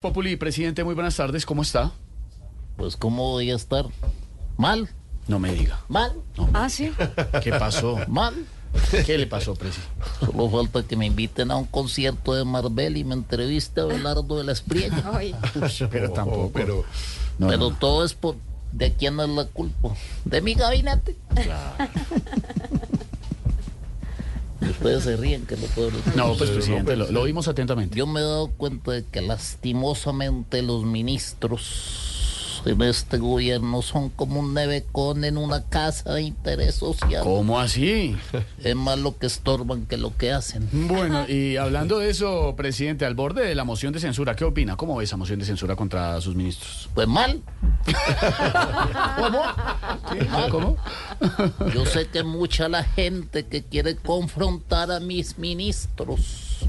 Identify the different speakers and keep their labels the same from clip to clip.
Speaker 1: Populi, presidente, muy buenas tardes, ¿cómo está?
Speaker 2: Pues cómo voy a estar mal,
Speaker 1: No me diga.
Speaker 2: mal,
Speaker 3: Ah, sí.
Speaker 1: ¿Qué pasó?
Speaker 2: mal.
Speaker 1: ¿Qué le pasó, presidente?
Speaker 2: Solo falta que me inviten a un concierto de Marvel y me entreviste a Belardo de la Espriella.
Speaker 3: Ay,
Speaker 1: Pero tampoco. Oh, Pero, no,
Speaker 2: Pero
Speaker 1: no, no.
Speaker 2: todo es por de quién es la culpa. De mi gabinete. Y Ustedes se ríen que no puedo hablar.
Speaker 1: No, pues, presidente, lo, lo oímos atentamente.
Speaker 2: Yo me he dado cuenta de que lastimosamente los ministros en este gobierno son como un nevecón en una casa de interés social.
Speaker 1: ¿Cómo así?
Speaker 2: Es más lo que estorban que lo que hacen.
Speaker 1: Bueno, y hablando de eso, presidente, al borde de la moción de censura, ¿qué opina? ¿Cómo ve esa moción de censura contra sus ministros?
Speaker 2: Pues mal.
Speaker 1: ¿Cómo? ¿Cómo?
Speaker 2: Yo sé que mucha la gente que quiere confrontar a mis ministros,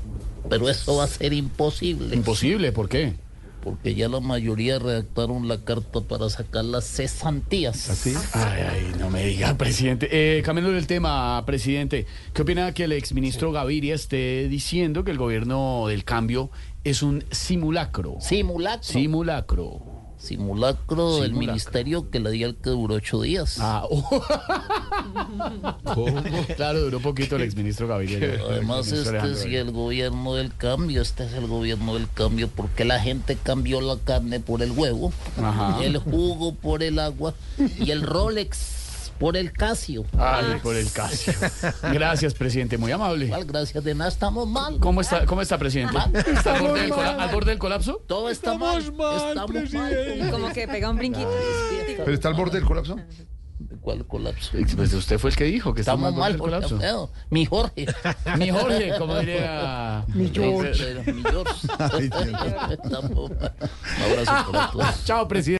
Speaker 2: pero eso va a ser imposible.
Speaker 1: Imposible, ¿por qué?
Speaker 2: Porque ya la mayoría redactaron la carta para sacar las cesantías.
Speaker 1: Ay, ay, no me diga, presidente. Eh, cambiando del tema, presidente, ¿qué opina que el exministro Gaviria esté diciendo que el gobierno del cambio es un simulacro?
Speaker 2: Simulacro.
Speaker 1: Simulacro.
Speaker 2: Simulacro del
Speaker 1: Simulacro.
Speaker 2: ministerio que le di al que duró ocho días.
Speaker 1: Ah, oh. Claro, duró poquito el exministro Gaviria.
Speaker 2: Además,
Speaker 1: El exministro
Speaker 2: este
Speaker 1: Alejandro
Speaker 2: es
Speaker 1: Gaviria.
Speaker 2: el gobierno del cambio, este es el gobierno del cambio, porque la gente cambió la carne por el huevo,
Speaker 1: Ajá.
Speaker 2: el jugo por el agua y el Rolex por el Casio.
Speaker 1: Ay, por el Casio. Gracias, presidente, muy amable.
Speaker 2: Igual, gracias de nada, estamos mal.
Speaker 1: ¿Cómo está, cómo está presidente? ¿Está al borde del, cola- al borde del colapso?
Speaker 2: Todo está mal. Estamos mal.
Speaker 3: como que pega un brinquito.
Speaker 4: ¿Pero está al borde del colapso?
Speaker 2: ¿Cuál colapso?
Speaker 1: Pues usted fue el que dijo que
Speaker 2: Estamos mal,
Speaker 1: por
Speaker 2: porque feo. Mi Jorge.
Speaker 1: Mi Jorge, como diría. Mi
Speaker 2: Mi George. Estamos mal. Un abrazo para todos.
Speaker 1: Ah, Chao, presidente.